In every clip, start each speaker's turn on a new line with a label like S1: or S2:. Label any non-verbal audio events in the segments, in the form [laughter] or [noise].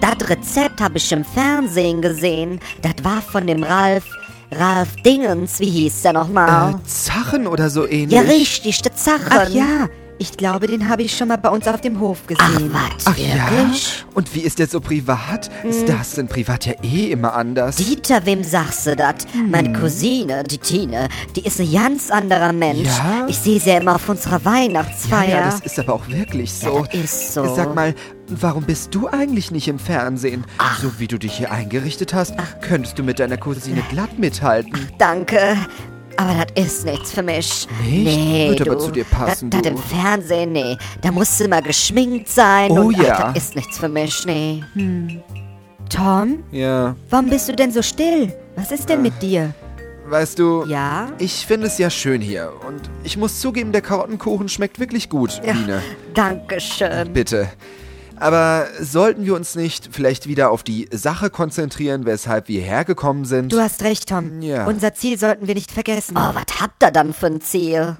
S1: Dat Rezept hab ich im Fernsehen gesehen. Dat war von dem Ralf. Ralf Dingens, wie hieß der nochmal?
S2: Äh, Zachen oder so ähnlich.
S1: Ah. ja, richtig, der Zachen.
S3: Ach ja, ich glaube, den habe ich schon mal bei uns auf dem Hof
S1: Ach,
S3: gesehen.
S1: was,
S2: Ach
S1: wirklich? Hm.
S2: ja? Und wie ist der so privat? Stars sind privat ja eh immer anders.
S1: Dieter, wem sagst du das?
S2: Hm.
S1: Meine Cousine, die Tine, die ist ein ganz anderer Mensch.
S2: Ja?
S1: Ich sehe sie ja immer auf unserer
S2: ja,
S1: Weihnachtsfeier.
S2: Ah ja, das ist aber auch wirklich so.
S1: das ist so.
S2: Sag mal, warum bist du eigentlich nicht im Fernsehen? So wie du dich hier eingerichtet hast, könntest du mit deiner Cousine glatt mithalten.
S1: Danke. Aber das ist nichts für mich.
S2: Nicht?
S1: Nee,
S2: Wird
S1: du.
S2: aber zu dir passen,
S1: Das
S2: du.
S1: im Fernsehen, nee. Da musst du immer geschminkt sein.
S2: Oh
S1: und,
S2: ja.
S1: Ach, das ist nichts für mich, nee.
S3: Tom,
S2: Ja,
S3: warum bist du denn so still? Was ist denn mit dir?
S2: weißt du,
S3: Ja?
S2: ich finde es ja schön hier. Und ich muss zugeben, der Karottenkuchen schmeckt wirklich gut, Biene.
S1: Dankeschön.
S2: Bitte. Aber sollten wir uns nicht vielleicht wieder auf die Sache konzentrieren, weshalb wir hergekommen sind?
S3: Du hast recht, Tom.
S2: Ja.
S3: Unser Ziel sollten wir nicht vergessen.
S1: Oh, was habt ihr dann für ein Ziel?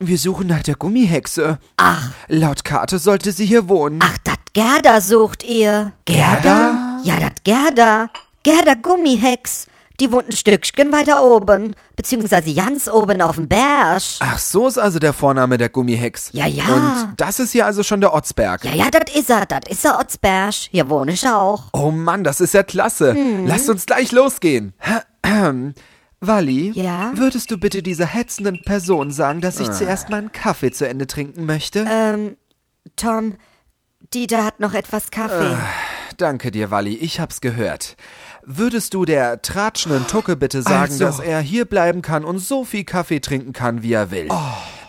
S2: Wir suchen nach der Gummihexe.
S1: Ah.
S2: Ach. Laut Karte sollte sie hier wohnen.
S1: Ach, das Gerda sucht ihr.
S2: Gerda?
S1: Ja, das Gerda. Gerda Gummihex. Die wohnt ein Stückchen weiter oben. Beziehungsweise ganz oben auf dem Berg.
S2: Ach, so ist also der Vorname der Gummihex.
S1: Ja, ja.
S2: Und das ist hier also schon der Ortsberg.
S1: Ja, ja, das ist er. Das ist er, Otzberg. Hier wohne ich auch.
S2: Oh Mann, das ist ja klasse.
S1: Mhm.
S2: Lasst uns gleich losgehen. [clears throat] Wally,
S3: Ja?
S2: würdest du bitte dieser hetzenden Person sagen, dass
S1: Ah.
S2: ich zuerst meinen Kaffee zu Ende trinken möchte?
S3: Tom, Dieter hat noch etwas Kaffee.
S2: Danke dir, Wally, ich hab's gehört. Würdest du der tratschenden Tucke bitte sagen,
S3: Also.
S2: dass er hier bleiben kann und so viel Kaffee trinken kann, wie er will?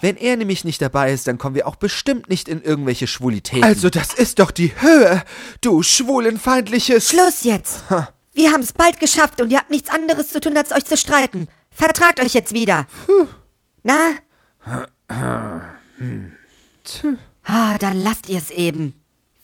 S2: Wenn er nämlich nicht dabei ist, dann kommen wir auch bestimmt nicht in irgendwelche Schwulitäten. Also, das ist doch die Höhe, du schwulenfeindliches...
S3: Schluss jetzt! Wir haben es bald geschafft und ihr habt nichts anderes zu tun, als euch zu streiten. Vertragt euch jetzt wieder. Na? Ah, dann lasst ihr es eben.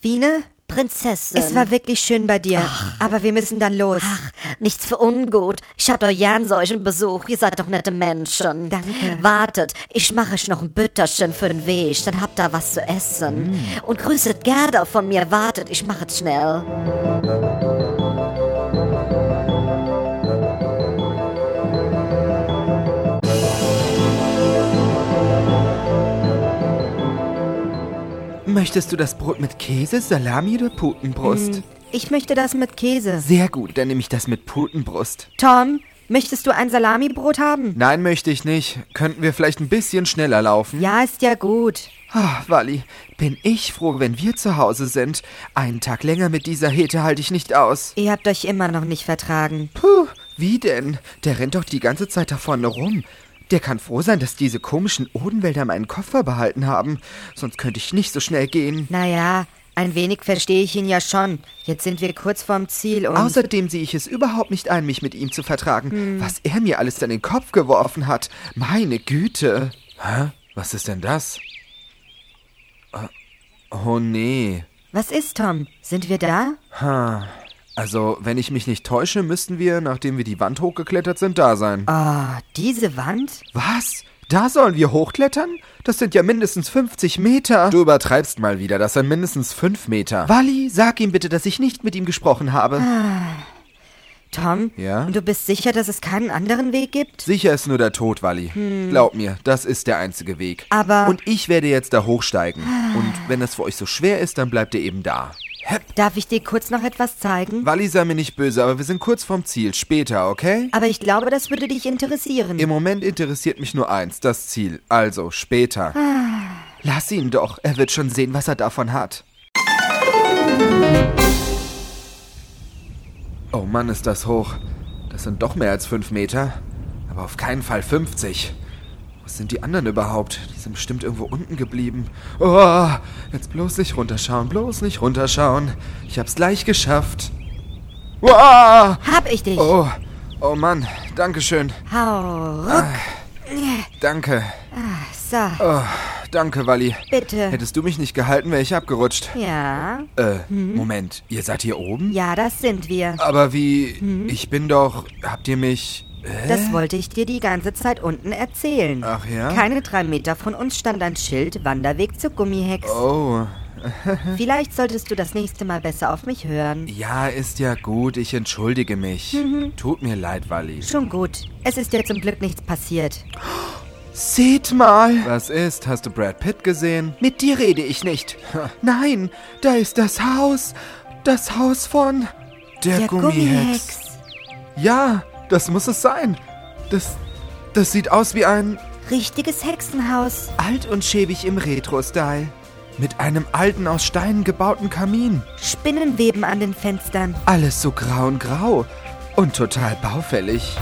S3: Wiene,
S1: Prinzessin.
S3: es war wirklich schön bei dir, aber wir müssen dann los.
S1: Ach, nichts für ungut. Ich hab doch gern solchen Besuch. Ihr seid doch nette Menschen.
S3: Danke.
S1: Wartet, ich mache euch noch ein Bütterchen für den Weg. Dann habt ihr was zu essen. Und grüßet Gerda von mir. Wartet, ich mache es schnell.
S2: Möchtest du das Brot mit Käse, Salami oder Putenbrust?
S3: Ich möchte das mit Käse.
S2: Sehr gut, dann nehme ich das mit Putenbrust.
S3: Tom, möchtest du ein Salamibrot haben?
S2: Nein, möchte ich nicht. Könnten wir vielleicht ein bisschen schneller laufen?
S3: Ja, ist ja gut.
S2: Ah, Wally, bin ich froh, wenn wir zu Hause sind. Einen Tag länger mit dieser Hete halte ich nicht aus.
S3: Ihr habt euch immer noch nicht vertragen.
S2: Puh, wie denn? Der rennt doch die ganze Zeit da vorne rum. Der kann froh sein, dass diese komischen Odenwälder meinen Koffer behalten haben. Sonst könnte ich nicht so schnell gehen.
S3: Naja, ein wenig verstehe ich ihn ja schon. Jetzt sind wir kurz vorm Ziel und...
S2: Außerdem sehe ich es überhaupt nicht ein, mich mit ihm zu vertragen. Was er mir alles in den Kopf geworfen hat. Meine Güte. Hä? Was ist denn das? Oh nee.
S3: Was ist, Tom? Sind wir da?
S2: Also, wenn ich mich nicht täusche, müssten wir, nachdem wir die Wand hochgeklettert sind, da sein.
S3: Ah, diese Wand?
S2: Was? Da sollen wir hochklettern? Das sind ja mindestens 50 Meter. Du übertreibst mal wieder, das sind mindestens 5 Meter. Ah. Wally, sag ihm bitte, dass ich nicht mit ihm gesprochen habe.
S3: Tom?
S2: Ja?
S3: Und du bist sicher, dass es keinen anderen Weg gibt?
S2: Sicher ist nur der Tod, Wally. Glaub mir, das ist der einzige Weg.
S3: Aber-
S2: Und ich werde jetzt da hochsteigen. Und wenn das für euch so schwer ist, dann bleibt ihr eben da. Hep.
S3: Darf ich dir kurz noch etwas zeigen?
S2: Wally sei mir nicht böse, aber wir sind kurz vorm Ziel. Später, okay?
S3: Aber ich glaube, das würde dich interessieren.
S2: Im Moment interessiert mich nur eins, das Ziel. Also, später. Lass ihn doch, er wird schon sehen, was er davon hat. Oh Mann, ist das hoch. Das sind doch mehr als fünf Meter. Aber auf keinen Fall 50. Was sind die anderen überhaupt? Die sind bestimmt irgendwo unten geblieben. Oh, jetzt bloß nicht runterschauen, bloß nicht runterschauen. Ich hab's gleich geschafft. Uah!
S3: Hab ich dich.
S2: Oh, oh Mann, Dankeschön.
S3: Hau, ruck, Ah,
S2: Danke.
S3: so,
S2: Oh, danke, Wally.
S3: bitte.
S2: Hättest du mich nicht gehalten, wäre ich abgerutscht.
S3: Ja,
S2: Äh,
S3: Hm?
S2: Moment, ihr seid hier oben?
S3: ja, das sind wir.
S2: Aber wie?
S3: Hm?
S2: Ich bin doch. Habt ihr mich.
S3: Das wollte ich dir die ganze Zeit unten erzählen.
S2: Äh? Ach ja?
S3: Keine drei Meter von uns stand ein Schild Wanderweg zur Gummihex.
S2: Oh,
S3: Vielleicht solltest du das nächste Mal besser auf mich hören.
S2: Ja, ist ja gut, ich entschuldige mich.
S3: Mhm.
S2: Tut mir leid, Wally.
S3: Schon gut. Es ist ja zum Glück nichts passiert.
S4: Seht mal,
S2: Was ist? Hast du Brad Pitt gesehen?
S4: mit dir rede ich nicht. Nein, da ist das Haus. Das Haus von...
S2: Der,
S3: Der
S2: Gummihex.
S3: Gummihex.
S2: Ja, das muss es sein. Das, das sieht aus wie ein
S3: Richtiges Hexenhaus.
S2: alt und schäbig im Retro-Style. Mit einem alten, aus Steinen gebauten Kamin.
S3: Spinnenweben an den Fenstern.
S2: Alles so grau und grau. Und total baufällig.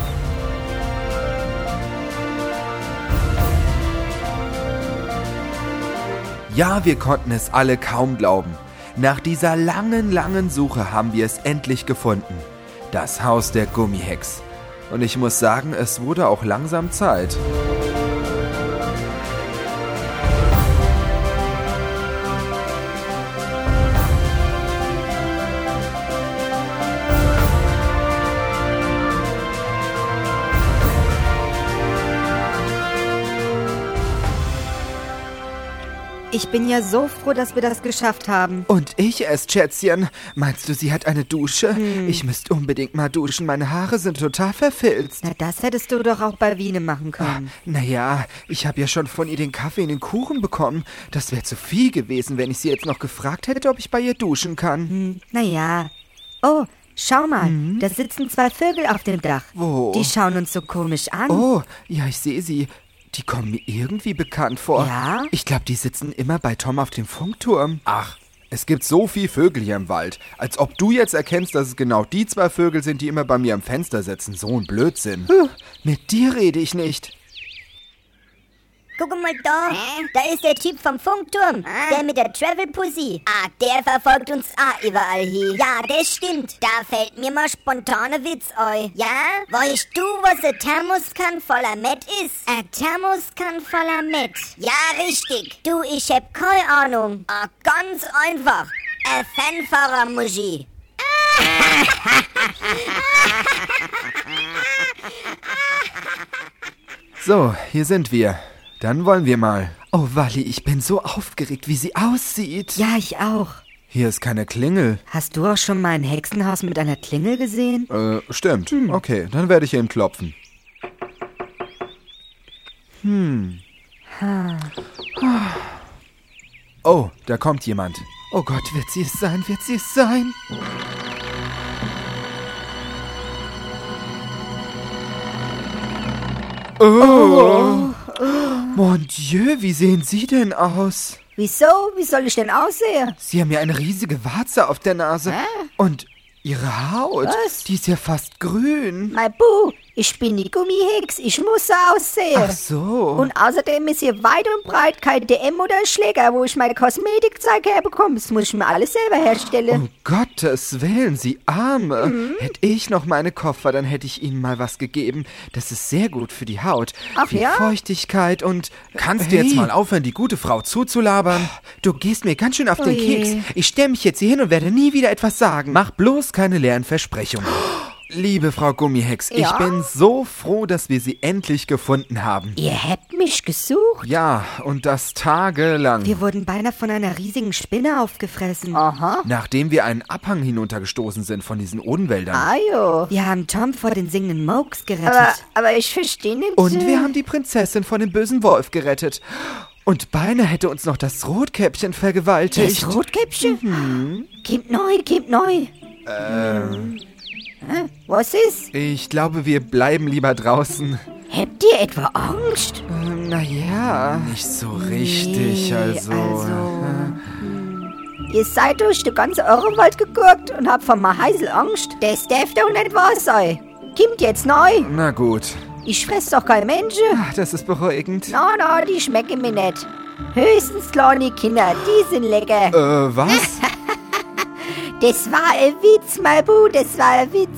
S2: Ja, wir konnten es alle kaum glauben. Nach dieser langen, langen Suche haben wir es endlich gefunden. Das Haus der Gummihex. Und ich muss sagen, es wurde auch langsam Zeit.
S3: Ich bin ja so froh, dass wir das geschafft haben.
S2: Und ich es, Schätzchen. Meinst du, sie hat eine Dusche? Ich müsste unbedingt mal duschen. Meine Haare sind total verfilzt.
S3: Na, das hättest du doch auch bei Wiene machen können.
S2: Ah. Naja, ich habe ja schon von ihr den Kaffee in den Kuchen bekommen. Das wäre zu viel gewesen, wenn ich sie jetzt noch gefragt hätte, ob ich bei ihr duschen kann.
S3: Hm. Naja. Oh, schau mal. Da sitzen zwei Vögel auf dem Dach.
S2: Mhm. Wo?
S3: Die schauen uns so komisch an.
S2: Oh, ja, ich sehe sie. Die kommen mir irgendwie bekannt vor.
S3: Ja?
S2: Ich glaube, die sitzen immer bei Tom auf dem Funkturm. Ach, es gibt so viel Vögel hier im Wald. Als ob du jetzt erkennst, dass es genau die zwei Vögel sind, die immer bei mir am Fenster sitzen. So ein Blödsinn. Mit dir rede ich nicht.
S5: Guck mal da, da ist der Typ vom Funkturm, der mit der Travel Pussy. Ah, der verfolgt uns auch überall hin. Ja, das stimmt. Da fällt mir mal spontaner Witz ein. Ja? Weißt du, was ein Thermoskann voller Met ist? Ein Thermoskann voller Met. Ja, richtig. Du, ich hab keine Ahnung. Ah, ganz einfach. Ein Fanfahrer Muschi.
S2: So, hier sind wir. Dann wollen wir mal. Oh, Wally, ich bin so aufgeregt, wie sie aussieht.
S3: Ja, ich auch.
S2: Hier ist keine Klingel.
S3: Hast du auch schon mal ein Hexenhaus mit einer Klingel gesehen?
S2: Äh, stimmt. Okay, dann werde ich eben klopfen. Hm. Ah. Oh, da kommt jemand.
S4: Oh Gott, wird sie es sein, wird sie es sein?
S2: Oh. Mon Dieu, wie sehen Sie denn aus?
S3: Wieso? Wie soll ich denn aussehen?
S2: Sie haben ja eine riesige Warze auf der Nase. Und Ihre Haut,
S3: Was?
S2: die ist ja fast grün.
S3: Mein Bu, ich bin die Gummihex, ich muss so aussehen.
S2: Ach so.
S3: Und außerdem ist hier weit und breit kein DM oder Schläger, wo ich meine Kosmetikzeug herbekomme. Das muss ich mir alles selber herstellen.
S2: um Gottes Willen, Sie Arme.
S3: Mhm.
S2: Hätte ich noch meine Koffer, dann hätte ich Ihnen mal was gegeben. Das ist sehr gut für die Haut.
S3: Ach
S2: Viel
S3: ja?
S2: Feuchtigkeit und... Kannst du jetzt mal aufhören, die gute Frau zuzulabern? Du gehst mir ganz schön auf den
S3: Oh je.
S2: Keks. Ich stelle mich jetzt hier hin und werde nie wieder etwas sagen. Mach bloß keine leeren Versprechungen. [gasps] Liebe Frau Gummihex, ich
S3: Ja?
S2: bin so froh, dass wir Sie endlich gefunden haben.
S3: Ihr habt mich gesucht?
S2: Ja, und das tagelang.
S3: Wir wurden beinahe von einer riesigen Spinne aufgefressen. Aha.
S2: Nachdem wir einen Abhang hinuntergestoßen sind von diesen Odenwäldern.
S3: Ajo. Wir haben Tom vor den singenden Mokes gerettet.
S5: aber ich verstehe nicht.
S2: Und wir haben die Prinzessin von dem bösen Wolf gerettet. Und beinahe hätte uns noch das Rotkäppchen vergewaltigt.
S3: das Rotkäppchen? Kommt neu, kommt neu. Ähm. Was ist?
S2: ich glaube, wir bleiben lieber draußen.
S3: Habt ihr etwa Angst?
S2: Naja. Nicht so richtig,
S3: Ähm, Nee,
S2: also.
S3: Ihr seid durch den ganzen Irrenwald geguckt und habt von meiner Heisel Angst. Das darf doch nicht wahr sein. Kommt jetzt neu.
S2: Na gut.
S3: Ich fress doch keine Menschen.
S2: Ach, das ist beruhigend.
S3: Na, na, die schmecken mir nicht. Höchstens kleine Kinder, die sind lecker.
S2: Äh, was?
S3: Das war ein Witz, mein Bu, das war ein Witz.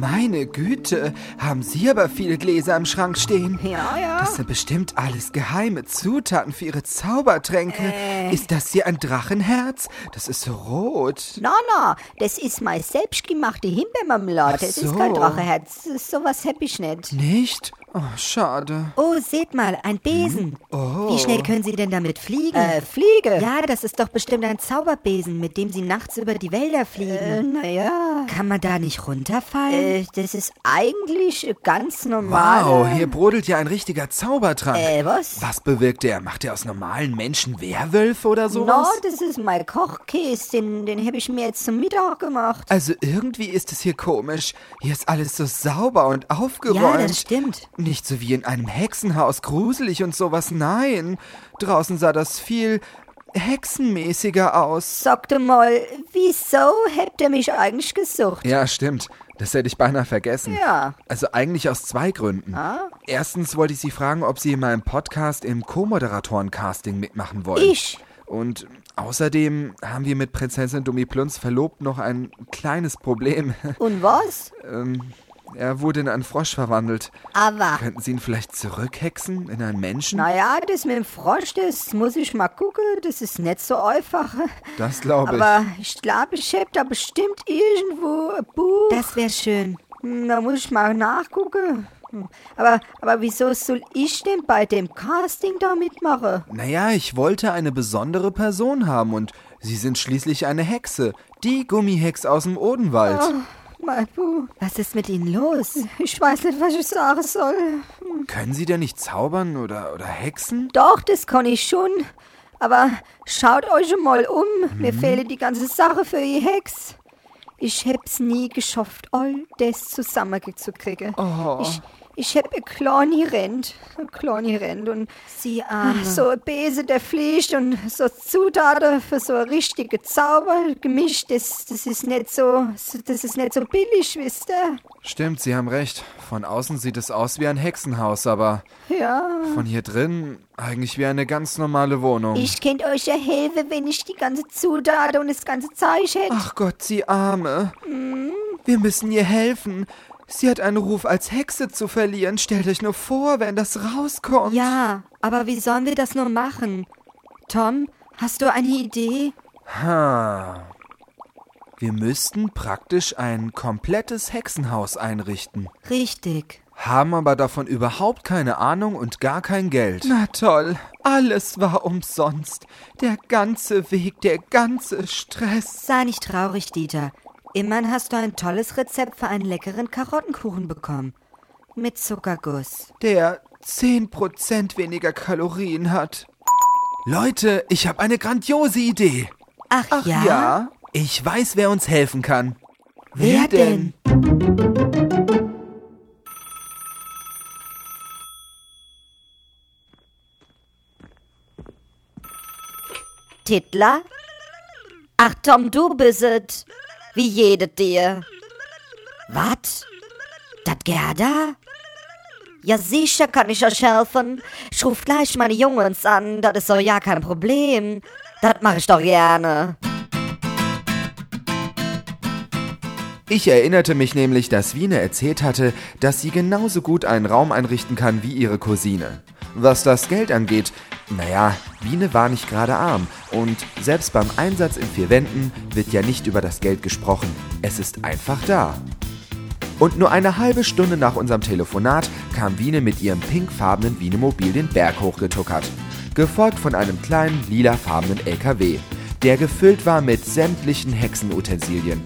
S2: Meine Güte, haben Sie aber viele Gläser im Schrank stehen.
S3: Ja, ja.
S2: Das sind bestimmt alles geheime Zutaten für Ihre Zaubertränke.
S3: Äh.
S2: Ist das hier ein Drachenherz? Das ist rot.
S3: Na, na, das ist meine selbstgemachte Himbeermarmelade. Das ist
S2: so.
S3: kein Dracheherz. Sowas hab ich nicht.
S2: Nicht? Oh, schade.
S6: Oh, seht mal, ein Besen. Wie schnell können Sie denn damit fliegen?
S3: Äh, Fliege?
S6: Ja, das ist doch bestimmt ein Zauberbesen, mit dem Sie nachts über die Wälder
S3: Äh,
S6: fliegen.
S3: naja.
S6: Kann man da nicht runterfallen?
S3: Äh, das ist eigentlich ganz normal.
S2: Wow, hier brodelt ja ein richtiger Zaubertrank.
S3: Äh, was?
S2: Was bewirkt der? Macht er aus normalen Menschen Werwölfe oder
S3: Na,
S2: sowas?
S3: das ist mein Kochkäse, den, den habe ich mir jetzt zum Mittag gemacht.
S2: Also irgendwie ist es hier komisch. Hier ist alles so sauber und
S6: ja,
S2: aufgeräumt.
S6: das stimmt.
S2: Nicht so wie in einem Hexenhaus, gruselig und sowas, nein. Draußen sah das viel hexenmäßiger aus.
S3: Sagte mal, wieso habt ihr mich eigentlich gesucht?
S7: Ja, stimmt. Das hätte ich beinahe vergessen.
S3: Ja. Ah.
S7: Also eigentlich aus zwei Gründen. Erstens wollte ich Sie fragen, ob Sie in meinem Podcast im Co-Moderatoren-Casting mitmachen wollen.
S3: Ich?
S7: Und außerdem haben wir mit Prinzessin Dummi Plunz verlobt noch ein kleines Problem. [laughs]
S3: Und was?
S7: ähm, er wurde in einen Frosch verwandelt.
S3: Aber,
S7: Könnten Sie ihn vielleicht zurückhexen in einen Menschen?
S3: naja, das mit dem Frosch, das muss ich mal gucken, das ist nicht so einfach.
S7: Das glaube ich.
S3: Aber ich glaube, ich hab da bestimmt irgendwo ein Buch.
S6: Das wäre schön.
S3: Hm, Da muss ich mal nachgucken. Hm, Aber, aber wieso soll ich denn bei dem Casting da mitmachen?
S2: Naja, ich wollte eine besondere Person haben und Sie sind schließlich eine Hexe. Die Gummihex aus dem Odenwald.
S3: Oh. Mein Buh,
S6: Was ist mit Ihnen los?
S3: ich weiß nicht, was ich sagen soll.
S2: Können Sie denn nicht zaubern oder, oder hexen?
S3: Doch, das kann ich schon. Aber schaut euch mal um. Mir
S6: Mhm.
S3: fehlt die ganze Sache für die Hex. Ich hab's nie geschafft, all das zusammenzukriegen.
S6: Oh.
S3: Ich, ich hab ein kleine Rent. Ein kleine Rent. Und
S6: Sie arme.
S3: so ein Besen, der fliegt und so Zutaten für so ein richtige Zauber gemischt. Das, das ist nicht so, das ist nicht so billig, wisst ihr?
S7: Stimmt, Sie haben recht. Von außen sieht es aus wie ein Hexenhaus, aber
S3: Ja.
S6: Hm.
S7: von hier drin eigentlich wie eine ganz normale Wohnung.
S3: Ich könnte euch ja helfen, wenn ich die ganze Zutat und das ganze Zeug hätte.
S2: Ach Gott, Sie Arme. Wir müssen ihr helfen. Sie hat einen Ruf als Hexe zu verlieren. Stellt euch nur vor, wenn das rauskommt.
S6: Ja, aber wie sollen wir das nur machen? Tom, hast du eine Idee?
S2: Ha. Wir müssten praktisch ein komplettes Hexenhaus einrichten,
S6: Richtig.
S2: haben aber davon überhaupt keine Ahnung und gar kein Geld. Na toll, alles war umsonst. Der ganze Weg, der ganze Stress.
S6: Sei nicht traurig, Dieter. Immerhin hast du ein tolles Rezept für einen leckeren Karottenkuchen bekommen. Mit Zuckerguss.
S2: der 10% weniger Kalorien hat. Leute, ich habe eine grandiose Idee.
S6: Ach,
S2: Ach ja? Ich weiß, wer uns helfen kann.
S6: Wer denn?
S1: Titler? Ach, Tom, du bist es. Wie jedet dir. Was? Dat Gerda? Ja, sicher kann ich euch helfen. Ich ruf gleich meine Jungs an, das ist doch ja kein Problem. Das mache ich doch gerne.
S7: Ich erinnerte mich nämlich, dass Wiener erzählt hatte, dass sie genauso gut einen Raum einrichten kann wie ihre Cousine. Was das Geld angeht, naja, Wiene war nicht gerade arm und selbst beim Einsatz in vier Wänden wird ja nicht über das Geld gesprochen. Es ist einfach da. Und nur eine halbe Stunde nach unserem Telefonat kam Wiene mit ihrem pinkfarbenen Wienemobil den Berg hochgetuckert. Gefolgt von einem kleinen lilafarbenen LKW, der gefüllt war mit sämtlichen Hexenutensilien.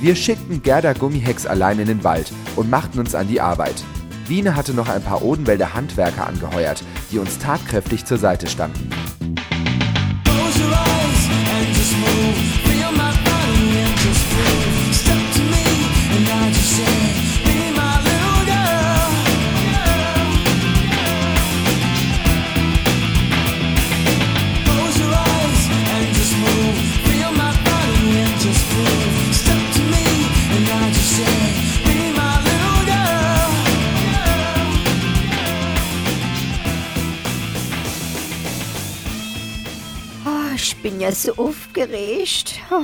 S7: Wir schickten Gerda Gummihex allein in den Wald und machten uns an die Arbeit. Wiene hatte noch ein paar Odenwälder Handwerker angeheuert, die uns tatkräftig zur Seite standen.
S8: Close your eyes and just move. Feel my body and just move. Step to me and I just say, be my little girl. Close your eyes and just move. Feel my body and just move. Step to me and I just say, be my little girl.
S3: Ah, ich bin ja so Oh, aufgeregt. Ah,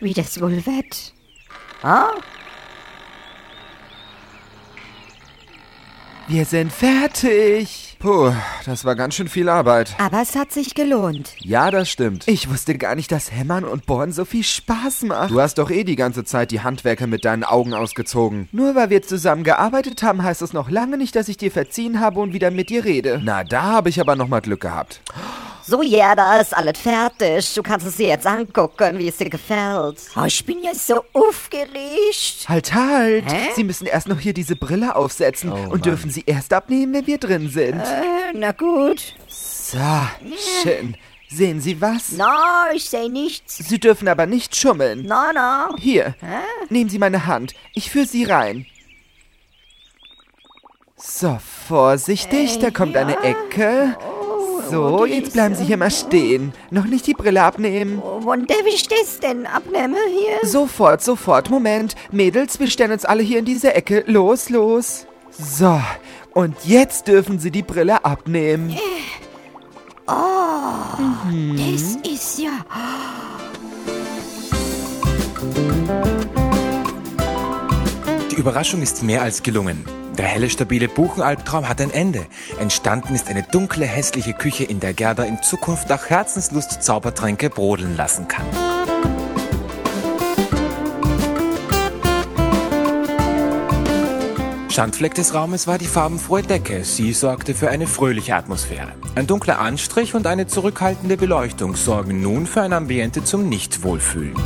S3: Wie das wohl wird. Ah?
S4: Wir sind fertig.
S2: Puh, das war ganz schön viel Arbeit.
S3: Aber es hat sich gelohnt.
S2: Ja, das stimmt.
S4: Ah. Ich wusste gar nicht, dass Hämmern und Bohren so viel Spaß macht.
S2: Du hast doch eh die ganze Zeit die Handwerker mit deinen Augen ausgezogen.
S4: Nur weil wir zusammen gearbeitet haben, heißt es noch lange nicht, dass ich dir verziehen habe und wieder mit dir rede.
S2: Na, da habe ich aber nochmal Glück gehabt.
S1: So, ja, da ist alles fertig. Du kannst es dir jetzt angucken, wie es dir gefällt. Oh, ich bin ja so aufgeregt.
S4: Halt, halt. Sie müssen erst noch hier diese Brille aufsetzen und dürfen sie erst abnehmen, wenn wir drin sind.
S1: Äh, na gut.
S4: So, schön. Sehen Sie was?
S1: Na, ich sehe nichts.
S4: Sie dürfen aber nicht schummeln.
S1: Na, na.
S4: Hier, nehmen Sie meine Hand. Ich führe Sie rein. So, vorsichtig,
S1: Äh,
S4: da kommt eine Ecke.
S1: Oh,
S4: So, jetzt bleiben Sie hier
S1: äh,
S4: mal stehen. Noch nicht die Brille abnehmen.
S1: Wann darf ich das denn abnehmen hier?
S4: Sofort, sofort. Moment. Mädels, wir stellen uns alle hier in diese Ecke. Los, los. So, und jetzt dürfen Sie die Brille abnehmen.
S1: Das ist ja...
S9: Die Überraschung ist mehr als gelungen. Der helle, stabile Buchenalbtraum hat ein Ende. Entstanden ist eine dunkle, hässliche Küche, in der Gerda in Zukunft nach Herzenslust Zaubertränke brodeln lassen kann. Standfleck des Raumes war die farbenfrohe Decke. Sie sorgte für eine fröhliche Atmosphäre. Ein dunkler Anstrich und eine zurückhaltende Beleuchtung sorgen nun für ein Ambiente zum Nichtwohlfühlen.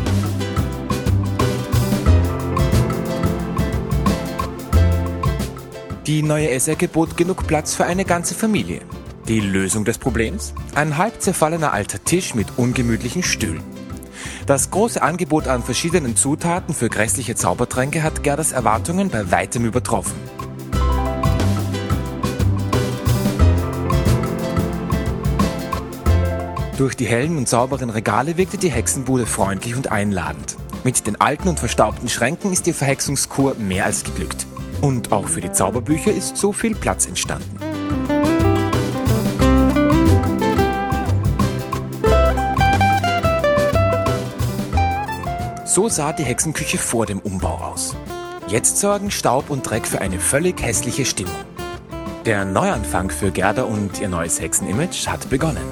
S9: Die neue Essecke bot genug Platz für eine ganze Familie. Die Lösung des Problems? Ein halb zerfallener alter Tisch mit ungemütlichen Stühlen. Das große Angebot an verschiedenen Zutaten für grässliche Zaubertränke hat Gerdas Erwartungen bei weitem übertroffen. Durch die hellen und sauberen Regale wirkte die Hexenbude freundlich und einladend. Mit den alten und verstaubten Schränken ist die Verhexungskur mehr als geglückt. Und auch für die Zauberbücher ist so viel Platz entstanden. So sah die Hexenküche vor dem Umbau aus. Jetzt sorgen Staub und Dreck für eine völlig hässliche Stimmung. Der Neuanfang für Gerda und ihr neues Hexenimage hat begonnen.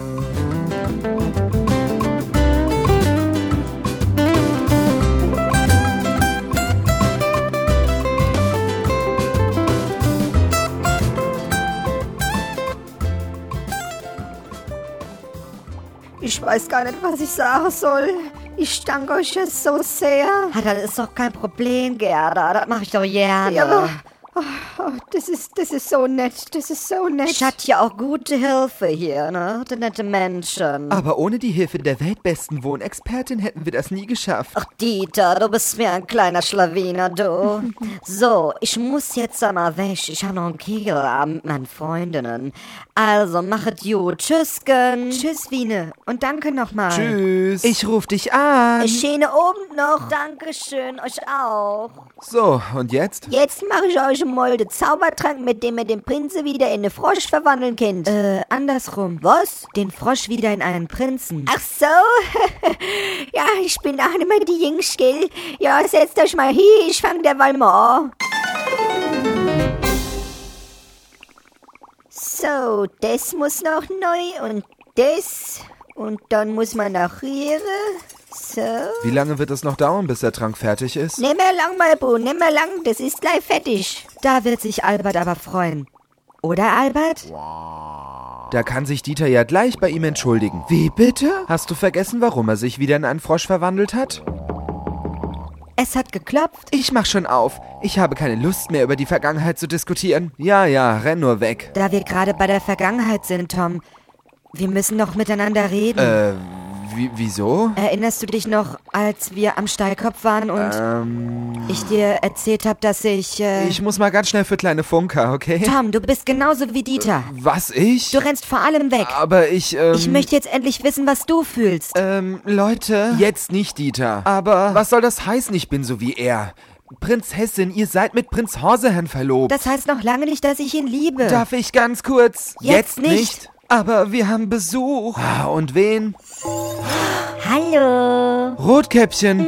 S1: Ich weiß gar nicht, was ich sagen soll. Ich danke euch jetzt so sehr.
S3: Ah, das ist doch kein Problem, Gerda. Das mache ich doch gerne.
S1: Ja, aber oh, das, ist, das ist so nett. Das ist so nett.
S3: ich hatte ja auch gute Hilfe hier, ne? Die nette Menschen.
S4: Aber ohne die Hilfe der weltbesten Wohnexpertin hätten wir das nie geschafft.
S3: Ach, Dieter, du bist mir ein kleiner
S1: [laughs]
S3: Schlawiner, du. so, ich muss jetzt einmal weg. Ich habe noch einen Kegelabend mit meinen Freundinnen. Also, machet gut. Tschüsken.
S1: Tschüss, Wiene. Und danke nochmal.
S2: Tschüss.
S4: Ich ruf dich an.
S1: Schöne Abend noch. Dankeschön, euch auch.
S2: So, und jetzt?
S1: Jetzt mache ich euch mal den Zaubertrank, mit dem ihr den Prinzen wieder in einen Frosch verwandeln könnt.
S3: Äh, andersrum.
S1: Was?
S3: Den Frosch wieder in einen Prinzen.
S1: Ach so? [laughs] ja, ich bin auch nicht mehr die Jüngste, gell? Ja, setzt euch mal hin, ich fange derweil mal an. So, das muss noch neu und das. Und dann muss man noch rühren. So.
S2: Wie lange wird es noch dauern, bis der Trank fertig ist?
S1: Nimm mal lang, Malbu, nimm mal lang, das ist gleich fertig.
S3: Da wird sich Albert aber freuen. Oder, Albert?
S2: Da kann sich Dieter ja gleich bei ihm entschuldigen.
S4: Wie bitte?
S2: Hast du vergessen, warum er sich wieder in einen Frosch verwandelt hat?
S3: Es hat geklopft.
S4: Ich mach schon auf. Ich habe keine Lust mehr, über die Vergangenheit zu diskutieren.
S2: Ja, ja, renn nur weg.
S3: Da wir gerade bei der Vergangenheit sind, Tom, wir müssen noch miteinander reden.
S2: Äh, wie, wieso?
S3: Erinnerst du dich noch, als wir am Steilkopf waren und ich dir erzählt habe, dass ich... Äh,
S2: Ich muss mal ganz schnell für kleine Funker, okay?
S3: Tom, du bist genauso wie Dieter.
S2: Was, ich?
S3: Du rennst vor allem weg.
S2: Aber ich, ähm...
S3: Ich möchte jetzt endlich wissen, was du fühlst.
S4: Ähm, Leute.
S2: Jetzt nicht, Dieter.
S4: Aber-
S2: Was soll das heißen, ich bin so wie er? Prinzessin, ihr seid mit Prinz Horsehan verlobt.
S3: Das heißt noch lange nicht, dass ich ihn liebe.
S4: Darf ich ganz kurz?
S3: Jetzt nicht.
S4: Aber wir haben Besuch.
S2: Ah, und wen?
S1: Hallo.
S2: Rotkäppchen.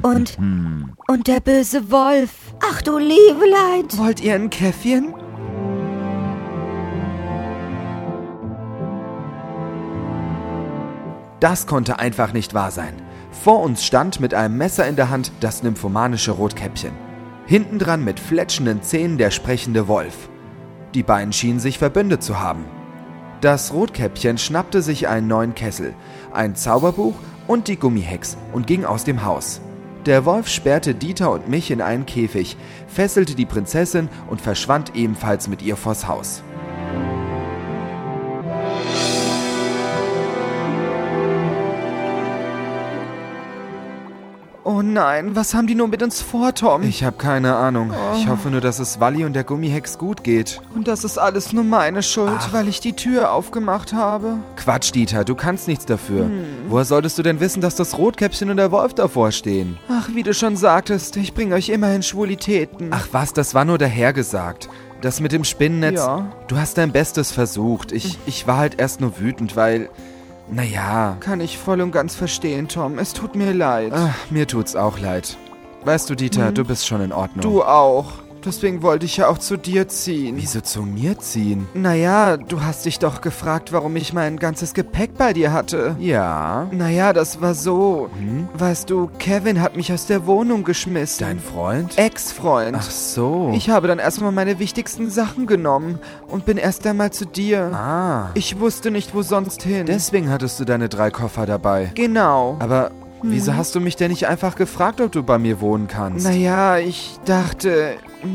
S3: Und. Und der böse Wolf. Ach du liebe Leid.
S10: Wollt ihr ein Käffchen?
S2: Das konnte einfach nicht wahr sein. Vor uns stand mit einem Messer in der Hand das nymphomanische Rotkäppchen. Hintendran mit fletschenden Zähnen der sprechende Wolf. Die beiden schienen sich verbündet zu haben. Das Rotkäppchen schnappte sich einen neuen Kessel, ein Zauberbuch und die Gummihex und ging aus dem Haus. Der Wolf sperrte Dieter und mich in einen Käfig, fesselte die Prinzessin und verschwand ebenfalls mit ihr vors Haus.
S10: Oh nein, was haben die nur mit uns vor, Tom? Oh.
S2: Ich habe keine Ahnung. Ich hoffe nur, dass es Wally und der Gummihex gut geht.
S10: Und das ist alles nur meine Schuld, weil ich die Tür aufgemacht habe. Hm.
S2: Quatsch, Dieter, du kannst nichts dafür. Woher solltest du denn wissen, dass das Rotkäppchen und der Wolf davor stehen?
S10: Ach, wie du schon sagtest, ich bringe euch immerhin Schwulitäten.
S2: Ach was, das war nur dahergesagt. Das mit dem Spinnennetz.
S10: Ja. Hm.
S2: Du hast dein Bestes versucht. Ich, ich war halt erst nur wütend, weil. Naja.
S10: Kann ich voll und ganz verstehen, Tom. Es tut mir leid. Hm.
S2: Ach, mir tut's auch leid. Weißt du, Dieter, du bist schon in Ordnung.
S10: Du auch. Deswegen wollte ich ja auch zu dir ziehen.
S2: Wieso zu mir ziehen?
S10: Naja, du hast dich doch gefragt, warum ich mein ganzes Gepäck bei dir hatte.
S2: Ja. Hm?
S10: Naja, das war so. Weißt du, Kevin hat mich aus der Wohnung geschmissen.
S2: Dein Freund?
S10: Ex-Freund.
S2: Ach so.
S10: Ich habe dann erstmal meine wichtigsten Sachen genommen und bin erst einmal zu dir.
S2: ah.
S10: Ich wusste nicht, wo sonst hin.
S2: Deswegen hattest du deine drei Koffer dabei.
S10: genau.
S2: Aber wieso hast du mich denn nicht einfach gefragt, ob du bei mir wohnen kannst?
S10: Naja, ich dachte,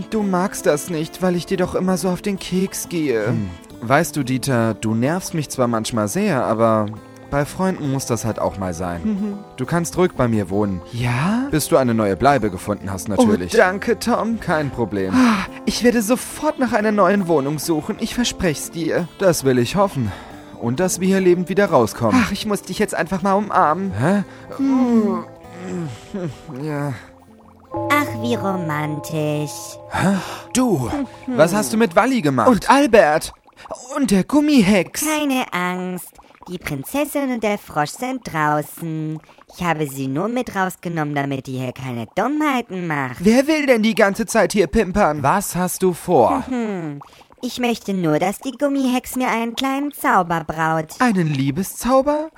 S10: du magst das nicht, weil ich dir doch immer so auf den Keks gehe.
S2: Hm. Weißt du, Dieter, du nervst mich zwar manchmal sehr, aber bei Freunden muss das halt auch mal sein. Du kannst ruhig bei mir wohnen,
S10: Mhm. Ja?
S2: bis du eine neue Bleibe gefunden hast natürlich.
S10: Oh, danke, Tom.
S2: Kein Problem.
S10: Ah, Ich werde sofort nach einer neuen Wohnung suchen. Ich versprech's dir.
S2: Das will ich hoffen. Und dass wir hier lebend wieder rauskommen.
S10: Ach, ich muss dich jetzt einfach mal umarmen.
S2: Hä?
S1: Ach, wie romantisch.
S2: Du, was hast du mit Walli gemacht?
S10: Und Albert. Und der Gummihex.
S1: Keine Angst. Die Prinzessin und der Frosch sind draußen. Ich habe sie nur mit rausgenommen, damit die hier keine Dummheiten macht.
S10: Wer will denn die ganze Zeit hier pimpern?
S2: was hast du vor?
S1: Ich möchte nur, dass die Gummihex mir einen kleinen Zauber braut.
S10: Einen Liebeszauber?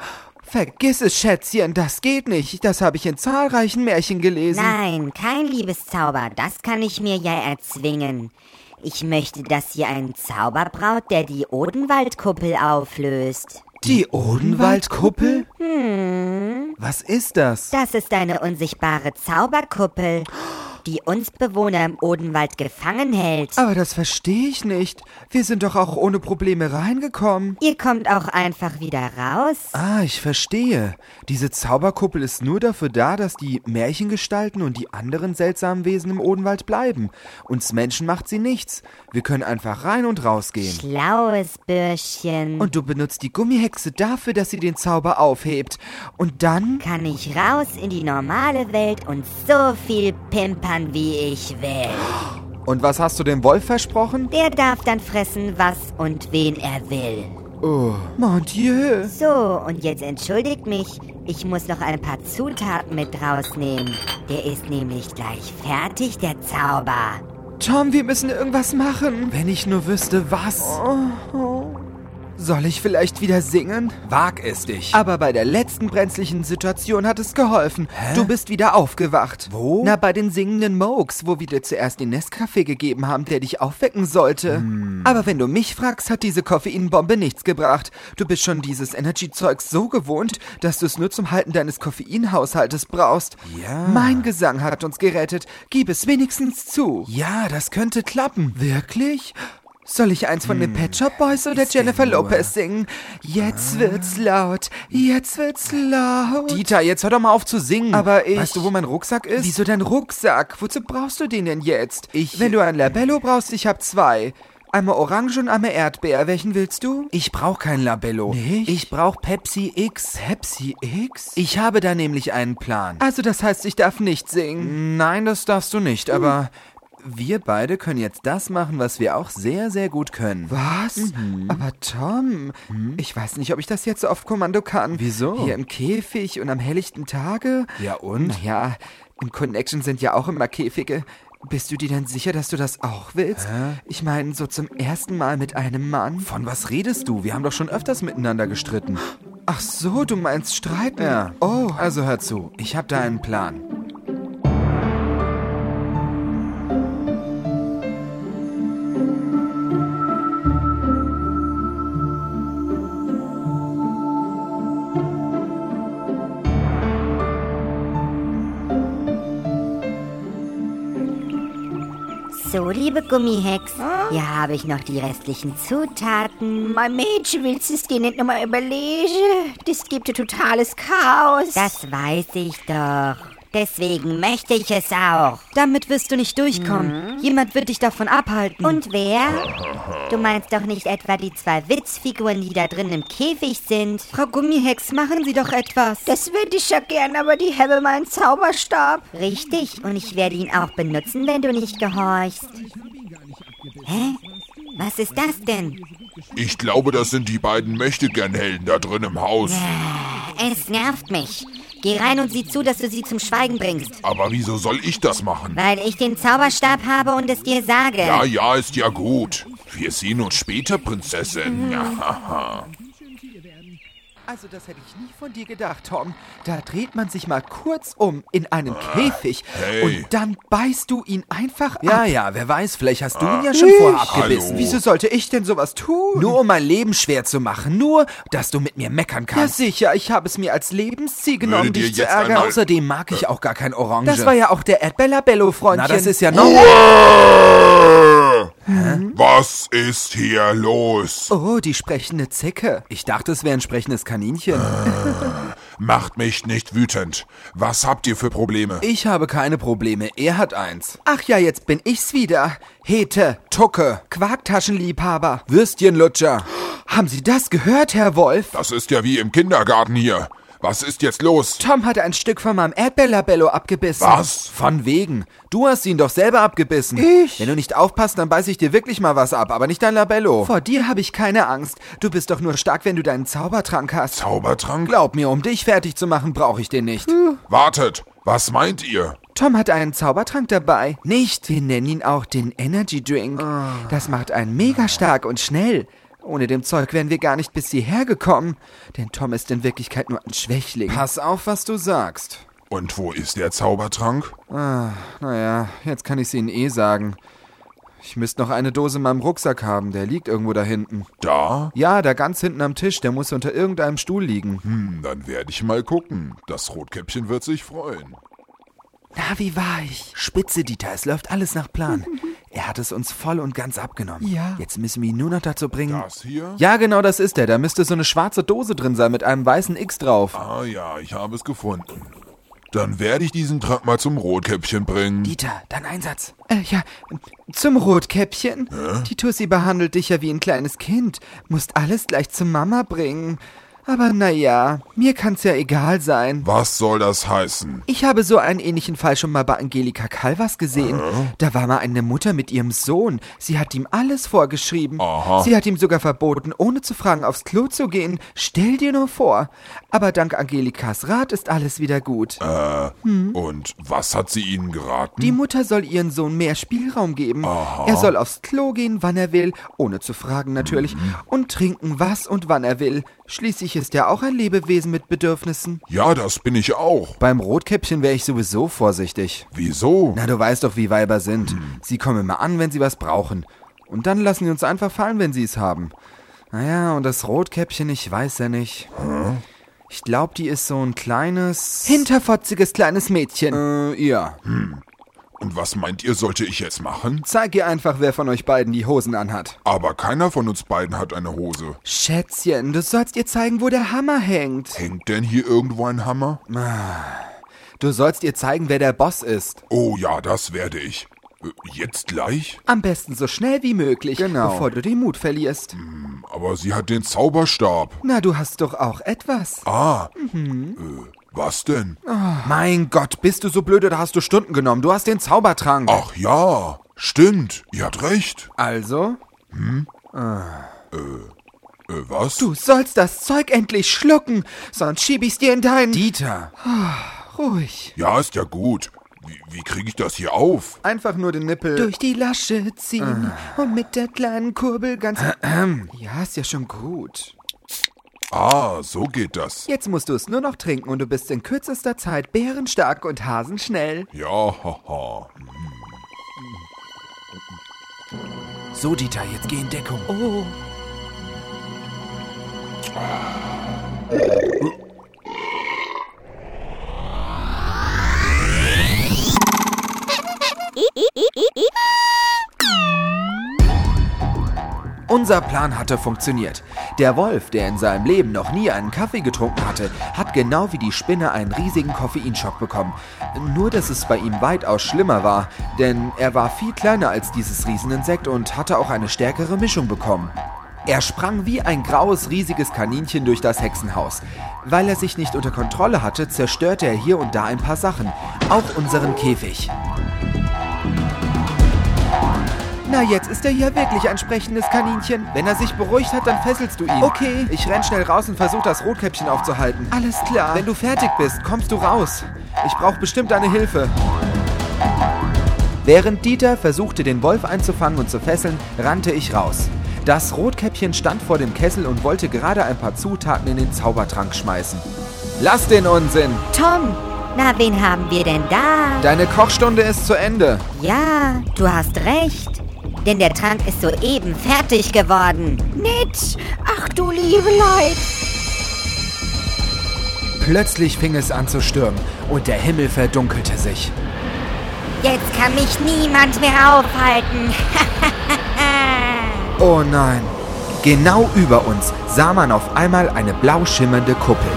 S10: Vergiss es, Schätzchen, das geht nicht. Das habe ich in zahlreichen Märchen gelesen.
S1: Nein, kein Liebeszauber. Das kann ich mir ja erzwingen. Ich möchte, dass ihr einen Zauber braut, der die Odenwaldkuppel auflöst.
S2: Die Odenwaldkuppel? Was ist das?
S1: Das ist eine unsichtbare Zauberkuppel, die uns Bewohner im Odenwald gefangen hält.
S10: Aber das verstehe ich nicht. Wir sind doch auch ohne Probleme reingekommen.
S1: Ihr kommt auch einfach wieder raus.
S2: Ah, ich verstehe. Diese Zauberkuppel ist nur dafür da, dass die Märchengestalten und die anderen seltsamen Wesen im Odenwald bleiben. Uns Menschen macht sie nichts. Wir können einfach rein und rausgehen.
S1: Schlaues Bürschchen.
S10: Und du benutzt die Gummihexe dafür, dass sie den Zauber aufhebt. Und dann?
S1: kann ich raus in die normale Welt und so viel pimpern, wie ich will.
S2: Und was hast du dem Wolf versprochen?
S1: Der darf dann fressen, was und wen er will.
S10: Mon Dieu.
S1: So, und jetzt entschuldigt mich. Ich muss noch ein paar Zutaten mit rausnehmen. Der ist nämlich gleich fertig, der Zauber.
S10: Tom, wir müssen irgendwas machen.
S2: Wenn ich nur wüsste, was.
S10: Soll ich vielleicht wieder singen?
S2: Wag es dich.
S10: Aber bei der letzten brenzlichen Situation hat es geholfen. Du bist wieder aufgewacht.
S2: Wo?
S10: Na, bei den singenden Mokes, wo wir dir zuerst den Nestkaffee gegeben haben, der dich aufwecken sollte.
S2: Hm.
S10: Aber wenn du mich fragst, hat diese Koffeinbombe nichts gebracht. Du bist schon dieses Energy-Zeugs so gewohnt, dass du es nur zum Halten deines Koffeinhaushaltes brauchst.
S2: Ja.
S10: Mein Gesang hat uns gerettet. Gib es wenigstens zu.
S2: Ja, das könnte klappen.
S10: Wirklich? Soll ich eins von
S2: Hm.
S10: den Pet Shop Boys oder Jennifer Lopez singen? Jetzt wird's laut, jetzt wird's laut.
S2: Ah. Dieter, jetzt hör doch mal auf zu singen.
S10: Aber ich-
S2: Weißt du, wo mein Rucksack ist?
S10: Wieso dein Rucksack? Wozu brauchst du den denn jetzt?
S2: Ich-
S10: Wenn du ein Labello brauchst, ich hab zwei. Einmal Orange und einmal Erdbeer. Welchen willst du?
S2: Ich brauch kein Labello.
S10: Nicht?
S2: Ich brauch Pepsi X. Pepsi
S10: X?
S2: Ich habe da nämlich einen Plan.
S10: Also das heißt, ich darf nicht singen. Hm.
S2: Nein, das darfst du nicht, aber
S4: wir beide können jetzt das machen, was wir auch sehr, sehr gut können. Mhm.
S2: Was? Aber Tom, ich weiß nicht, ob ich das jetzt so auf Kommando kann.
S4: Wieso?
S2: Hier im Käfig und am helllichten Tage.
S4: Ja, und?
S2: Naja, im Connection sind ja auch immer Käfige. Bist du dir denn sicher, dass du das auch willst? Ich meine, so zum ersten Mal mit einem Mann.
S4: Von was redest du? Wir haben doch schon öfters miteinander gestritten.
S2: Ach so, du meinst streiten?
S4: Ja. Oh. Also hör zu, ich habe da einen Plan.
S5: So, liebe Gummihex, hier habe ich noch die restlichen Zutaten.
S3: Mein Mädchen, willst du es dir nicht nochmal überlegen? Das gibt dir totales Chaos.
S5: Das weiß ich doch. Deswegen möchte ich es auch. Hm?
S1: Damit wirst du nicht durchkommen. Jemand wird dich davon abhalten.
S5: Und wer? Du meinst doch nicht etwa die zwei Witzfiguren, die da drin im Käfig sind?
S1: Frau Gummihex, machen Sie doch etwas.
S3: das würde ich ja gern, aber die haben meinen Zauberstab.
S5: Richtig, und ich werde ihn auch benutzen, wenn du nicht gehorchst. Hä? Was ist das denn?
S11: Ich glaube, das sind die beiden Mächtegernhelden da drin im Haus.
S5: Es nervt mich. Geh rein und sieh zu, dass du sie zum Schweigen bringst.
S11: Aber wieso soll ich das machen?
S5: Weil ich den Zauberstab habe und es dir sage.
S11: Ja, ja, ist ja gut. Wir sehen uns später,
S1: Mhm.
S11: Prinzessin. Ja,
S2: Also, das hätte ich nie von dir gedacht, Tom. Da dreht man sich mal kurz um in einem Käfig
S11: Ah, hey.
S2: und dann beißt du ihn einfach
S4: Ja,
S2: ab. Ah,
S4: ja, wer weiß, vielleicht hast du ihn ja schon vorher abgebissen.
S11: Hallo.
S2: Wieso sollte ich denn sowas tun?
S4: Nur um mein Leben schwer zu machen, nur, dass du mit mir meckern
S2: ja,
S4: kannst.
S2: sicher, ich habe es mir als Lebensziel genommen,
S11: Würde dir
S2: dich zu
S11: jetzt
S2: ärgern.
S11: einmal-
S4: Außerdem mag ich auch gar kein Orange.
S2: Das war ja auch der Erdbellabello-Freundchen.
S4: Na, das ist ja noch...
S11: Äh, Was ist hier los?
S2: Oh, die sprechende Zicke.
S4: Ich dachte, es wäre ein sprechendes Kaninchen.
S11: Macht mich nicht wütend. Was habt ihr für Probleme?
S4: Ich habe keine Probleme, er hat eins.
S2: Ach ja, jetzt bin ich's wieder. Hete,
S4: Tucke,
S2: Quarktaschenliebhaber.
S4: Würstchenlutscher.
S2: Haben Sie das gehört, Herr Wolf?
S11: Das ist ja wie im Kindergarten hier. Was ist jetzt los?
S2: Tom hat ein Stück von meinem Erdbellabello abgebissen.
S11: Was?
S4: Von wegen. Du hast ihn doch selber abgebissen.
S2: Ich?
S4: Wenn du nicht aufpasst, dann beiß ich dir wirklich mal was ab, aber nicht dein Labello.
S2: Vor dir habe ich keine Angst. Du bist doch nur stark, wenn du deinen Zaubertrank hast. Hm.
S11: Zaubertrank?
S4: Glaub mir, um dich fertig zu machen, brauche ich den nicht.
S11: Wartet, was meint ihr?
S2: Tom hat einen Zaubertrank dabei. Nicht. Wir nennen ihn auch den Energy Drink.
S4: Ah.
S2: Das macht einen mega stark und schnell. Ohne dem Zeug wären wir gar nicht bis hierher gekommen. Denn Tom ist in Wirklichkeit nur ein Schwächling.
S4: Pass auf, was du sagst.
S11: Und wo ist der Zaubertrank?
S4: Naja, jetzt kann ich's ihnen eh sagen. Ich müsste noch eine Dose in meinem Rucksack haben, der liegt irgendwo da hinten.
S11: Da?
S4: Ja, da ganz hinten am Tisch, der muss unter irgendeinem Stuhl liegen.
S11: Hm, dann werde ich mal gucken. Das Rotkäppchen wird sich freuen.
S2: Na, wie war ich?
S4: Spitze, Dieter, es läuft alles nach [laughs] Plan. Er hat es uns voll und ganz abgenommen.
S2: Ja.
S4: Jetzt müssen wir ihn nur noch dazu bringen.
S11: Das hier?
S4: Ja, genau das ist er. Da müsste so eine schwarze Dose drin sein mit einem weißen X drauf.
S11: Ah ja, ich habe es gefunden. Dann werde ich diesen Trank mal zum Rotkäppchen bringen.
S4: Dieter, dein Einsatz.
S2: Äh, ja, zum Rotkäppchen. Die Tussi behandelt dich ja wie ein kleines Kind. Musst alles gleich zu Mama bringen. Aber naja, mir kann's ja egal sein.
S11: Was soll das heißen?
S2: Ich habe so einen ähnlichen Fall schon mal bei Angelika Calvas gesehen. Da war mal eine Mutter mit ihrem Sohn. Sie hat ihm alles vorgeschrieben.
S11: Aha.
S2: Sie hat ihm sogar verboten, ohne zu fragen, aufs Klo zu gehen. Stell dir nur vor. Aber dank Angelikas Rat ist alles wieder gut.
S11: Ähm. Äh, Und was hat sie ihnen geraten?
S2: Die Mutter soll ihren Sohn mehr Spielraum geben. Er soll aufs Klo gehen, wann er will, ohne zu fragen natürlich, und trinken, was und wann er will. Schließlich ist er auch ein Lebewesen mit Bedürfnissen.
S11: ja, das bin ich auch.
S4: Beim Rotkäppchen wäre ich sowieso vorsichtig.
S11: Wieso?
S4: Na, du weißt doch, wie Weiber sind. Sie kommen immer an, wenn sie was brauchen. Und dann lassen sie uns einfach fallen, wenn sie es haben. Naja, und das Rotkäppchen, ich weiß ja nicht. Ich glaube, die ist so ein kleines...
S2: Hinterfotziges kleines Mädchen.
S4: Äh, ja.
S11: Und was meint ihr, sollte ich jetzt machen?
S4: Zeig ihr einfach, wer von euch beiden die Hosen anhat.
S11: Aber keiner von uns beiden hat eine Hose.
S2: Schätzchen, du sollst ihr zeigen, wo der Hammer hängt.
S11: Hängt denn hier irgendwo ein Hammer?
S4: Du sollst ihr zeigen, wer der Boss ist.
S11: Oh ja, das werde ich. Äh, Jetzt gleich?
S2: Am besten so schnell wie möglich,
S4: Genau. Hm.
S2: bevor du den Mut verlierst.
S11: Aber sie hat den Zauberstab.
S2: Na, du hast doch auch etwas.
S11: Ah. Äh, was denn?
S4: Oh. Mein Gott, bist du so blöd oder hast du Stunden genommen? Du hast den Zaubertrank.
S11: Ach ja, Stimmt, ihr habt recht.
S2: Also?
S11: Äh, was?
S4: Du sollst das Zeug endlich schlucken, sonst schieb ich's dir in deinen... Ah,
S2: Dieter,
S4: Ruhig.
S11: Ja, ist ja gut. Wie, wie kriege ich das hier auf?
S2: einfach nur den Nippel.
S4: Durch die Lasche ziehen und mit der kleinen Kurbel ganz...
S2: Ja, ist ja schon gut.
S11: Ah, so geht das.
S4: Jetzt musst du es nur noch trinken und du bist in kürzester Zeit bärenstark und hasenschnell.
S11: Ja, haha.
S2: So, Dieter, jetzt geh in Deckung. Unser Plan hatte funktioniert. Der Wolf, der in seinem Leben noch nie einen Kaffee getrunken hatte, hat genau wie die Spinne einen riesigen Koffeinschock bekommen. Nur, dass es bei ihm weitaus schlimmer war, denn er war viel kleiner als dieses Rieseninsekt und hatte auch eine stärkere Mischung bekommen. Er sprang wie ein graues, riesiges Kaninchen durch das Hexenhaus. Weil er sich nicht unter Kontrolle hatte, zerstörte er hier und da ein paar Sachen, auch unseren Käfig.
S4: Na, jetzt ist er hier wirklich ein sprechendes Kaninchen.
S2: Wenn er sich beruhigt hat, dann fesselst du ihn.
S4: Okay.
S2: Ich renn schnell raus und versuch das Rotkäppchen aufzuhalten.
S4: Alles klar.
S2: Wenn du fertig bist, kommst du raus. Ich brauche bestimmt deine Hilfe. Während Dieter versuchte, den Wolf einzufangen und zu fesseln, rannte ich raus. Das Rotkäppchen stand vor dem Kessel und wollte gerade ein paar Zutaten in den Zaubertrank schmeißen. Lass den Unsinn!
S1: Tom, na, wen haben wir denn da?
S2: Deine Kochstunde ist zu Ende.
S1: Ja, du hast recht. Denn der Trank ist soeben fertig geworden. Nitsch! Ach du liebe Leid!
S2: Plötzlich fing es an zu stürmen und der Himmel verdunkelte sich.
S1: Jetzt kann mich niemand mehr aufhalten.
S2: Oh nein. Genau über uns sah man auf einmal eine blau schimmernde Kuppel.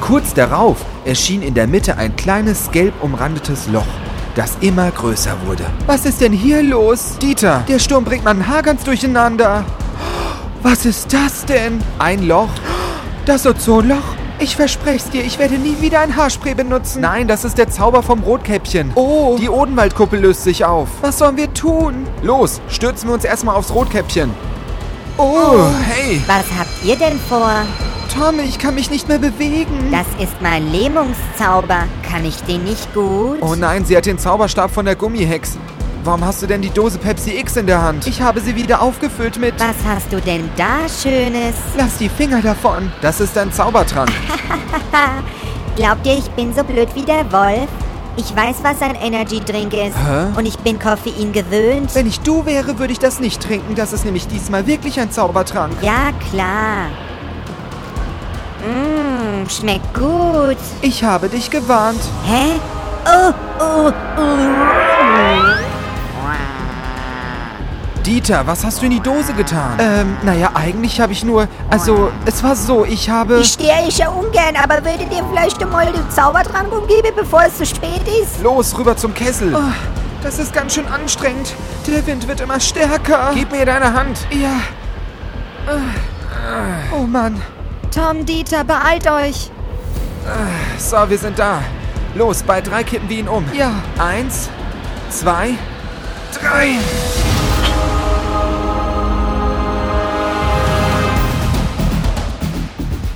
S2: Kurz darauf erschien in der Mitte ein kleines gelb umrandetes Loch, das immer größer wurde.
S4: Was ist denn hier los?
S2: Dieter,
S4: Der Sturm bringt meinen Haar ganz durcheinander. Was ist das denn?
S2: ein Loch?
S4: Das Ozonloch? Ich versprech's dir, ich werde nie wieder ein Haarspray benutzen.
S2: Nein, das ist der Zauber vom Rotkäppchen.
S4: Oh.
S2: Die Odenwaldkuppel löst sich auf.
S4: Was sollen wir tun?
S2: Los, stürzen wir uns erstmal aufs Rotkäppchen.
S4: Oh, hey.
S1: Was habt ihr denn vor?
S4: Tom, ich kann mich nicht mehr bewegen.
S1: Das ist mein Lähmungszauber. Kann ich den nicht gut?
S2: Oh nein, sie hat den Zauberstab von der Gummihex. Warum hast du denn die Dose Pepsi X in der Hand?
S4: Ich habe sie wieder aufgefüllt mit...
S1: Was hast du denn da Schönes?
S4: Lass die Finger davon.
S2: Das ist ein Zaubertrank.
S1: Glaubt ihr, ich bin so blöd wie der Wolf? Ich weiß, was ein Energy Drink ist. Und ich bin Koffein gewöhnt.
S4: Wenn ich du wäre, würde ich das nicht trinken. Das ist nämlich diesmal wirklich ein Zaubertrank.
S1: Ja, klar. Mmm, schmeckt gut.
S4: Ich habe dich gewarnt.
S1: Hä? Oh, oh,
S2: Dieter, was hast du in die Dose getan?
S4: Ähm, naja, eigentlich habe ich nur... Also, es war so, ich habe...
S5: Ich stehe ich ja ungern, aber würdet ihr vielleicht einmal den Zaubertrank umgeben, bevor es zu spät ist?
S2: Los, rüber zum Kessel.
S4: Ah, das ist ganz schön anstrengend. Der Wind wird immer stärker.
S2: Gib mir deine Hand.
S4: Ja. Ah. Oh Mann.
S1: Tom Dieter, beeilt euch.
S2: So, wir sind da. Los, bei drei kippen wir ihn um.
S4: Ja.
S2: Eins, zwei, drei.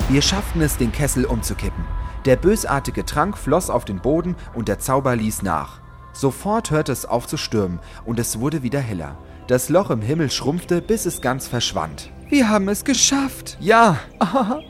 S2: Wir schafften es, den Kessel umzukippen. Der bösartige Trank floss auf den Boden und der Zauber ließ nach. Sofort hörte es auf zu stürmen und es wurde wieder heller. Das Loch im Himmel schrumpfte, bis es ganz verschwand.
S4: Wir haben es geschafft.
S2: Ja,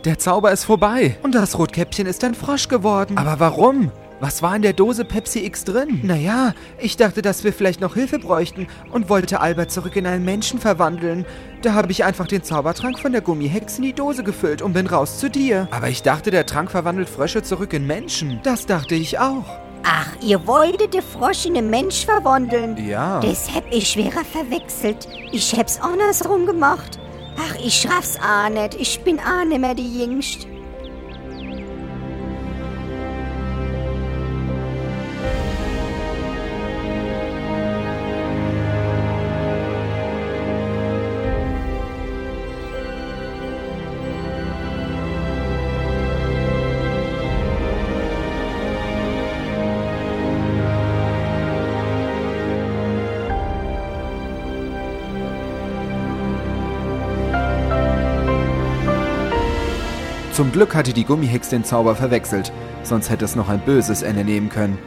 S2: der Zauber ist vorbei.
S4: Und das Rotkäppchen ist ein Frosch geworden.
S2: Aber warum? Was war in der Dose Pepsi X drin?
S4: Naja, ich dachte, dass wir vielleicht noch Hilfe bräuchten und wollte Albert zurück in einen Menschen verwandeln. Da habe ich einfach den Zaubertrank von der Gummihex in die Dose gefüllt und bin raus zu dir.
S2: Aber ich dachte, der Trank verwandelt Frösche zurück in Menschen.
S4: Das dachte ich auch.
S5: Ach, ihr wolltet den Frosch in einen Mensch verwandeln.
S2: Ja.
S5: Das hab ich schwerer verwechselt. Ich hab's andersrum gemacht. Ach, ich schaff's auch nicht. Ich bin auch nicht mehr die Jüngst.
S2: Zum Glück hatte die Gummihex den Zauber verwechselt, sonst hätte es noch ein böses Ende nehmen können.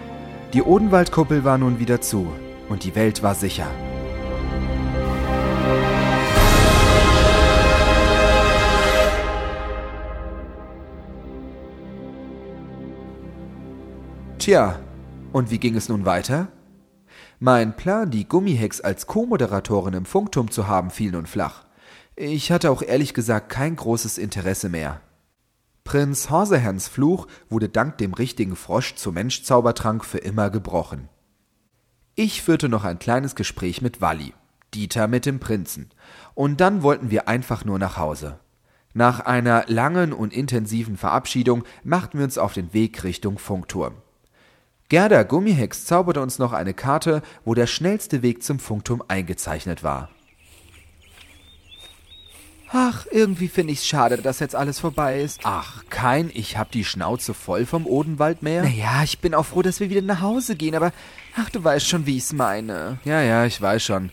S2: Die Odenwaldkuppel war nun wieder zu und die Welt war sicher. Tja, und wie ging es nun weiter? Mein Plan, die Gummihex als Co-Moderatorin im Funkturm zu haben, fiel nun flach. Ich hatte auch ehrlich gesagt kein großes Interesse mehr. Prinz Horsehans Fluch wurde dank dem richtigen Frosch zu Mensch Zaubertrank für immer gebrochen. Ich führte noch ein kleines Gespräch mit Walli, Dieter mit dem Prinzen, und dann wollten wir einfach nur nach Hause. Nach einer langen und intensiven Verabschiedung machten wir uns auf den Weg Richtung Funkturm. Gerda Gummihex zauberte uns noch eine Karte, wo der schnellste Weg zum Funkturm eingezeichnet war.
S4: Ach, irgendwie finde ich's schade, dass jetzt alles vorbei ist.
S2: Ach, kein, ich hab die Schnauze voll vom Odenwaldmeer.
S4: Naja, ich bin auch froh, dass wir wieder nach Hause gehen, aber ach, du weißt schon, wie ich's meine.
S2: Ja, ja, ich weiß schon.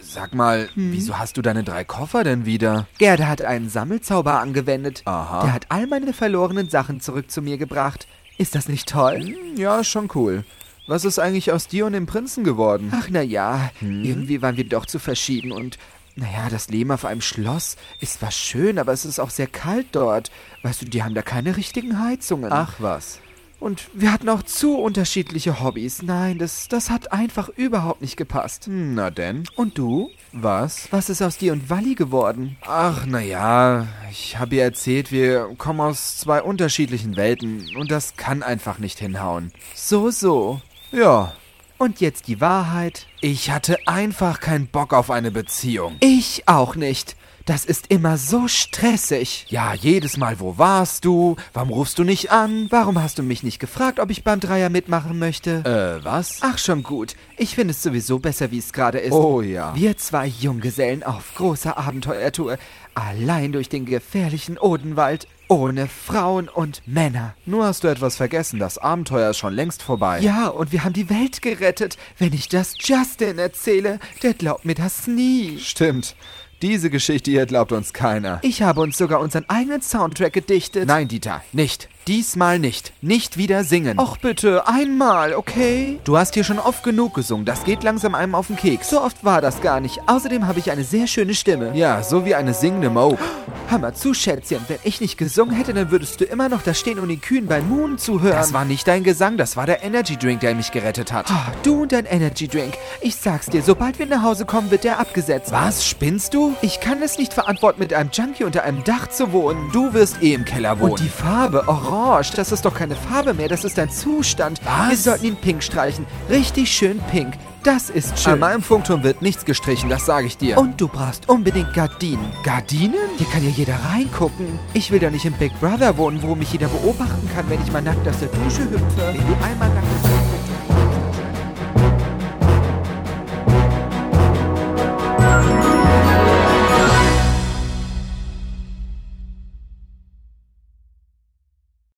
S2: Sag mal, wieso hast du deine drei Koffer denn wieder?
S4: Gerda Hm. hat einen Sammelzauber angewendet.
S2: Aha.
S4: Der hat all meine verlorenen Sachen zurück zu mir gebracht. Ist das nicht toll?
S2: Hm, Ja, ist schon cool. Was ist eigentlich aus dir und dem Prinzen geworden? Hm?
S4: Ach, naja, irgendwie waren wir doch zu verschieden und naja, das Leben auf einem Schloss ist zwar schön, aber es ist auch sehr kalt dort. Weißt du, die haben da keine richtigen Heizungen.
S2: Ach was.
S4: Und wir hatten auch zu unterschiedliche Hobbys. Nein, das, das hat einfach überhaupt nicht gepasst.
S2: Hm, Na denn?
S4: Und du?
S2: Was?
S4: Was ist aus dir und Walli geworden?
S2: Ach, naja, ich habe ihr erzählt, wir kommen aus zwei unterschiedlichen Welten und das kann einfach nicht hinhauen.
S4: So, so.
S2: Ja,
S4: Und jetzt die Wahrheit.
S2: ich hatte einfach keinen Bock auf eine Beziehung.
S4: Ich auch nicht. Das ist immer so stressig.
S2: Ja, jedes Mal, wo warst du? Warum rufst du nicht an?
S4: Warum hast du mich nicht gefragt, ob ich beim Dreier mitmachen möchte?
S2: Äh, was?
S4: Ach schon gut. Ich finde es sowieso besser, wie es gerade ist.
S2: Oh ja.
S4: Wir zwei Junggesellen auf großer Abenteuertour. Allein durch den gefährlichen Odenwald. Ohne Frauen und Männer.
S2: Nur hast du etwas vergessen, das Abenteuer ist schon längst vorbei.
S4: Ja, und wir haben die Welt gerettet. Wenn ich das Justin erzähle, der glaubt mir das nie.
S2: Stimmt. Diese Geschichte hier glaubt uns keiner.
S4: Ich habe uns sogar unseren eigenen Soundtrack gedichtet.
S2: Nein, Dieter, nicht. Diesmal nicht. Nicht wieder singen.
S4: Och bitte, einmal, okay?
S2: du hast hier schon oft genug gesungen. Das geht langsam einem auf den Keks.
S4: So oft war das gar nicht. Außerdem habe ich eine sehr schöne Stimme.
S2: Ja, so wie eine singende Moog.
S4: Hör mal zu, Schätzchen. Wenn ich nicht gesungen hätte, dann würdest du immer noch da stehen und den Kühen beim Moon zuhören.
S2: Das war nicht dein Gesang, das war der Energy Drink, der mich gerettet hat.
S4: Ah, du und dein Energy Drink. Ich sag's dir, sobald wir nach Hause kommen, wird der abgesetzt.
S2: Was? Spinnst du?
S4: Ich kann es nicht verantworten, mit einem Junkie unter einem Dach zu wohnen.
S2: Du wirst eh im Keller wohnen.
S4: Und die Farbe, orange, das ist doch keine Farbe mehr, das ist ein Zustand.
S2: Was?
S4: Wir sollten ihn pink streichen. Richtig schön pink. Das ist schön.
S2: An meinem Funkturm wird nichts gestrichen, das sage ich dir.
S4: Und du brauchst unbedingt Gardinen.
S2: Gardinen?
S4: Hier kann ja jeder reingucken. Ich will da nicht im Big Brother wohnen, wo mich jeder beobachten kann, wenn ich mal nackt aus der Dusche hüpfe. Wenn du einmal nackt aus der